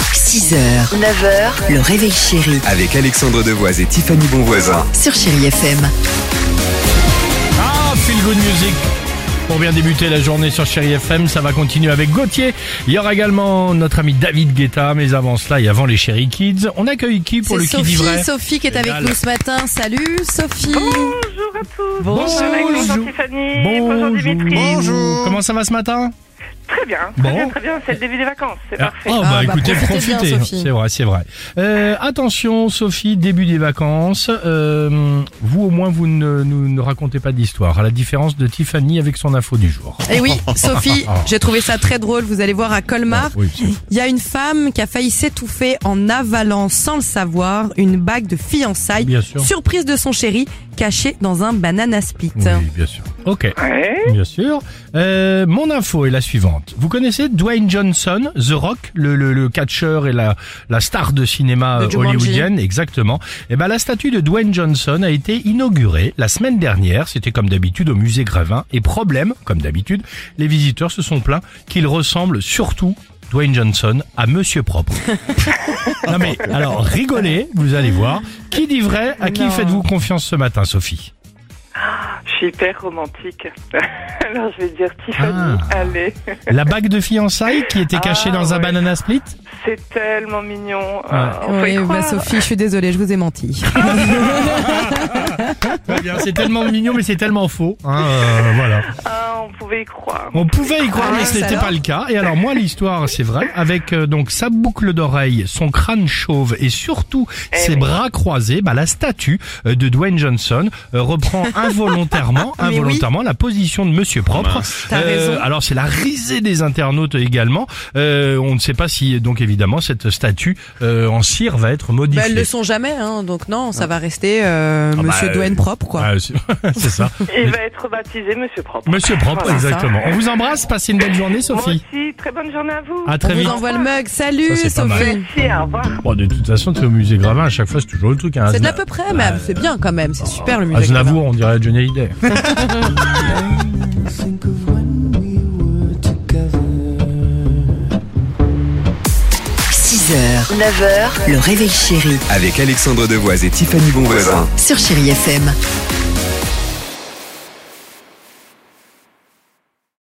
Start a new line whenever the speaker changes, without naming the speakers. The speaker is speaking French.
6h, 9h, le réveil chéri
Avec Alexandre Devoise et Tiffany Bonvoisin.
sur Chéri FM.
Ah, feel good music. Pour bien débuter la journée sur Chéri FM, ça va continuer avec Gauthier. Il y aura également notre ami David Guetta, mais avant cela et avant les Chéri Kids, on accueille qui pour
C'est
le qui dit
Sophie,
vrai
Sophie qui est avec
Génial.
nous ce matin. Salut Sophie.
Bonjour à tous.
Bonjour.
Alexandre, Tiffany. Bonjour Dimitri.
Bonjour. Comment ça va ce matin
Très bien.
Bon.
Très bien, très bien. C'est le début des vacances. C'est
Ah,
parfait.
Oh bah,
Ah, bah,
écoutez,
profitez bien,
profitez.
Sophie.
C'est vrai, c'est vrai. Euh, attention Sophie, début des vacances. euh, vous au moins, vous ne nous ne racontez pas d'histoire, à la différence de Tiffany avec son info du jour.
Et Eh oui, Sophie, j'ai trouvé ça très drôle. Vous allez voir à Colmar,
Oui, c'est-
il y a une femme qui a failli s'étouffer en avalant sans le savoir une bague de fiançailles,
Bien sûr.
surprise de son chéri, cachée dans un banana split.
oui, bien sûr. Ok.
Ouais.
Bien sûr. Euh, mon info est la suivante. Vous connaissez Dwayne Johnson, The Rock, le, le, le catcheur et la, la star de cinéma
De
euh,
Jumanji.
hollywoodienne, exactement. Et ben la statue de Dwayne Johnson a été inaugurée la semaine dernière. C'était comme d'habitude au musée Grévin. Et problème, comme d'habitude, les visiteurs se sont plaints qu'il ressemble surtout Dwayne Johnson à Monsieur Propre. non mais alors rigolez, vous allez voir. Qui dit vrai À qui
Non.
faites-vous confiance ce matin, Sophie
Je suis hyper romantique. Alors je vais dire Tiffany.
Ah.
Allez.
La bague de fiançailles qui était cachée
Ah,
dans un
ouais.
banana split
C'est tellement mignon. Euh,
Ouais.
on peut y
Oui, bah,
croire.
Sophie, je suis désolée, je vous ai menti.
Très bien, c'est tellement mignon, mais c'est tellement faux. hein, euh, voilà.
Ah, on pouvait y croire.
On pouvait y croire,
Ah,
mais ce
ça
n'était
alors
pas le cas. Et alors moi, l'histoire, c'est vrai, avec euh, donc sa boucle d'oreille, son crâne chauve et surtout
Eh
ses
oui.
bras croisés, bah, la statue euh, de Dwayne Johnson euh, reprend involontairement,
Mais oui.
involontairement la position de Monsieur Propre. Euh,
T'as raison.
alors c'est la risée des internautes également. Euh, on ne sait pas si donc évidemment cette statue euh, en cire va être modifiée.
Bah, elles le sont jamais, hein, donc non, ça va rester euh,
bah,
Monsieur
euh,
Dwayne propre, quoi.
Ah, c'est c'est ça.
Il va être baptisé Monsieur Propre.
Monsieur propre,
Voilà.
exactement. On vous embrasse, passez une belle journée,
Moi
Sophie.
aussi. Très bonne journée à vous.
À
On
très
vous
vite.
envoie le mug. Salut
Ça, c'est pas mal.
Sophie.
Merci. Au revoir.
Bon, de toute façon, c'est au musée Gravin, à chaque fois, c'est toujours le truc. Hein.
C'est de l'à peu près, mais c'est bien quand même.
Ah,
C'est super le musée.
Aznavour, on dirait Johnny Hallyday.
think of when we were together.
6h, 9h, le réveil chéri
Avec Alexandre Devoise et Tiffany Bonvoisin.
sur Chéri FM.